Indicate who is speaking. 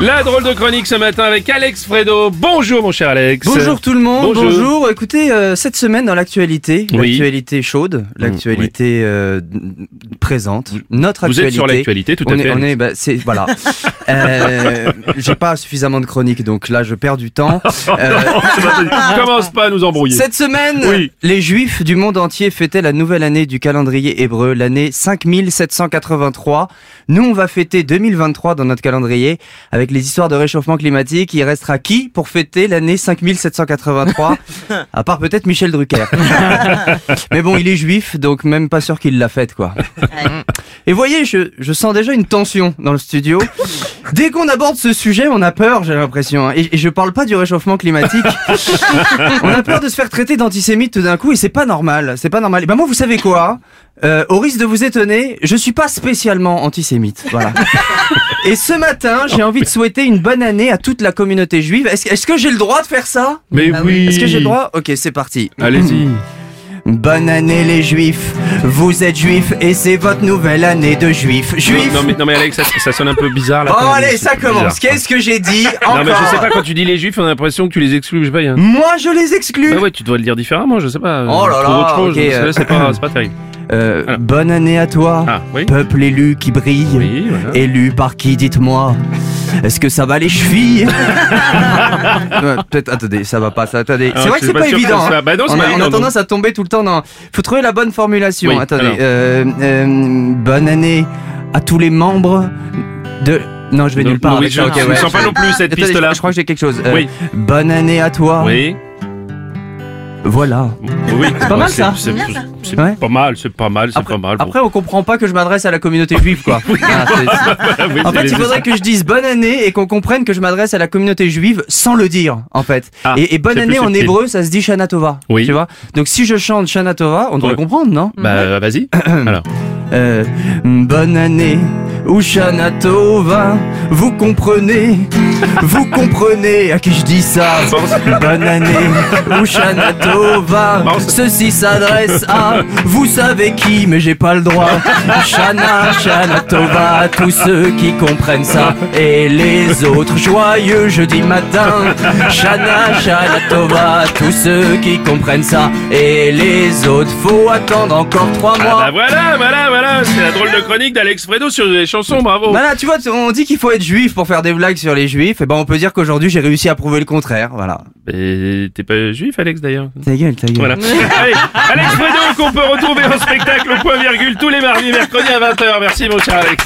Speaker 1: La drôle de chronique ce matin avec Alex Fredo. Bonjour mon cher Alex.
Speaker 2: Bonjour tout le monde.
Speaker 1: Bonjour.
Speaker 2: Bonjour. Écoutez, euh, cette semaine dans l'actualité,
Speaker 1: Oui. Mmh,
Speaker 2: l'actualité chaude, l'actualité euh, présente, notre
Speaker 1: Vous
Speaker 2: actualité.
Speaker 1: êtes sur l'actualité, tout à
Speaker 2: on
Speaker 1: fait,
Speaker 2: Est, on
Speaker 1: Alex.
Speaker 2: est, bah, c'est voilà. Euh, J'ai pas suffisamment de chroniques, donc là je perds du temps. Euh,
Speaker 1: Commence pas à nous embrouiller.
Speaker 2: cette semaine,
Speaker 1: Oui.
Speaker 2: les Juifs du monde entier fêtaient la nouvelle année du calendrier hébreu, l'année 5783. Nous, on va fêter 2023 dans notre calendrier. Avec les histoires de réchauffement climatique, il restera qui pour fêter l'année 5783 À part peut-être Michel Drucker. Mais bon, il est juif, donc même pas sûr qu'il l'a faite, quoi. Et voyez, je, je sens déjà une tension dans le studio. Dès qu'on aborde ce sujet, on a peur, j'ai l'impression. hein. Et, et je parle pas du réchauffement climatique. on a peur de se faire traiter d'antisémite tout d'un coup, et c'est pas normal. C'est pas normal. Et ben moi, vous savez quoi Euh, Au risque de vous étonner, je suis pas spécialement antisémite. Voilà. Et ce matin, j'ai envie de souhaiter une bonne année à toute la communauté juive. Est-ce est-ce que j'ai le droit de faire ça Bah
Speaker 1: Mais oui.
Speaker 2: Est-ce que j'ai le droit Ok, c'est parti.
Speaker 1: Allez-y.
Speaker 2: Bonne année les juifs, vous êtes juifs et c'est votre nouvelle année de juifs. Juifs
Speaker 1: Non mais, non mais Alex, ça, ça sonne un peu bizarre là.
Speaker 2: Oh
Speaker 1: quand même.
Speaker 2: allez, ça
Speaker 1: C'est
Speaker 2: commence,
Speaker 1: bizarre.
Speaker 2: qu'est-ce que j'ai dit
Speaker 1: Non mais je
Speaker 2: Encore.
Speaker 1: sais pas quand tu dis les juifs, on a l'impression que tu les exclus, je sais pas. il y a un-
Speaker 2: Moi je les exclus
Speaker 1: Bah ouais, tu dois le dire différemment, je sais pas.
Speaker 2: Mmh. Oh là
Speaker 1: Trouve
Speaker 2: là,
Speaker 1: autre chose,
Speaker 2: ok,
Speaker 1: parce que là, c'est pas, c'est pas terrible.
Speaker 2: Euh,
Speaker 1: Alors.
Speaker 2: Bonne année à toi,
Speaker 1: Ah oui.
Speaker 2: peuple élu qui brille.
Speaker 1: Oui, voilà.
Speaker 2: Élu par qui, dites-moi Est-ce que ça va les chevilles Ouais, Peut-être, attendez, ça va pas, ça, attendez.
Speaker 1: Ah,
Speaker 2: c'est vrai
Speaker 1: je suis
Speaker 2: que c'est
Speaker 1: pas
Speaker 2: pas,
Speaker 1: sûr que
Speaker 2: évident.
Speaker 1: ce soit-
Speaker 2: hein.
Speaker 1: Bah non, c'est
Speaker 2: on,
Speaker 1: pas
Speaker 2: a, on
Speaker 1: évident,
Speaker 2: a
Speaker 1: non.
Speaker 2: tendance à tomber tout le temps dans. Faut trouver la bonne formulation.
Speaker 1: Oui,
Speaker 2: attendez.
Speaker 1: alors.
Speaker 2: euh, euh, bonne année à tous les membres de. Non, je vais
Speaker 1: Non,
Speaker 2: nulle part.
Speaker 1: non, oui,
Speaker 2: avec
Speaker 1: je ne
Speaker 2: ça, ok, ouais.
Speaker 1: sens pas non plus cette
Speaker 2: Attendez,
Speaker 1: piste là.
Speaker 2: Je crois que j'ai quelque chose. Euh,
Speaker 1: Oui.
Speaker 2: Bonne année à toi.
Speaker 1: Oui.
Speaker 2: Voilà.
Speaker 1: Oui. C'est
Speaker 2: pas mal, ça.
Speaker 1: C'est c'est
Speaker 2: Ouais.
Speaker 1: pas mal, c'est pas mal, c'est pas mal. bon.
Speaker 2: Après, on comprend pas que je m'adresse à la communauté juive, quoi. Ah, c'est-
Speaker 1: Ah oui,
Speaker 2: En
Speaker 1: c'est
Speaker 2: fait, il
Speaker 1: les-
Speaker 2: faudrait que je dise bonne année et qu'on comprenne que je m'adresse à la communauté juive sans le dire, en fait.
Speaker 1: Ah,
Speaker 2: et, et bonne
Speaker 1: c'est plus
Speaker 2: année en
Speaker 1: subtil.
Speaker 2: hébreu, ça se dit Shana Tova.
Speaker 1: Oui.
Speaker 2: Tu vois Donc si je chante Shana Tova, on devrait
Speaker 1: Ouais.
Speaker 2: comprendre, non
Speaker 1: Bah euh, vas-y. Alors.
Speaker 2: Euh, Bonne année ou Shana Tova, vous comprenez Vous comprenez à qui je dis ça Bonne année ou Shana Tova,
Speaker 1: Marrant, ça-
Speaker 2: ceci s'adresse à vous savez qui, mais j'ai pas le droit. Shana, Shana Tova, à tous ceux qui comprennent ça et les autres joyeux jeudi matin. Shana, Shana Tova, à tous ceux qui comprennent ça et les autres faut attendre encore trois mois.
Speaker 1: Ah bah voilà, voilà, voilà, c'est la drôle de chronique d'Alex Fredo sur les chansons, bravo.
Speaker 2: Voilà, tu vois, on dit qu'il faut être juif pour faire des blagues sur les juifs. Et ben, on peut dire qu'aujourd'hui, j'ai réussi à prouver le contraire. Voilà.
Speaker 1: Mais T'es pas juif, Alex, d'ailleurs
Speaker 2: Ta gueule, ta gueule.
Speaker 1: Voilà. Allez, Alex Fredo, qu'on peut retrouver en spectacle au point virgule tous les mardis et mercredis à 20h. Merci, mon cher Alex.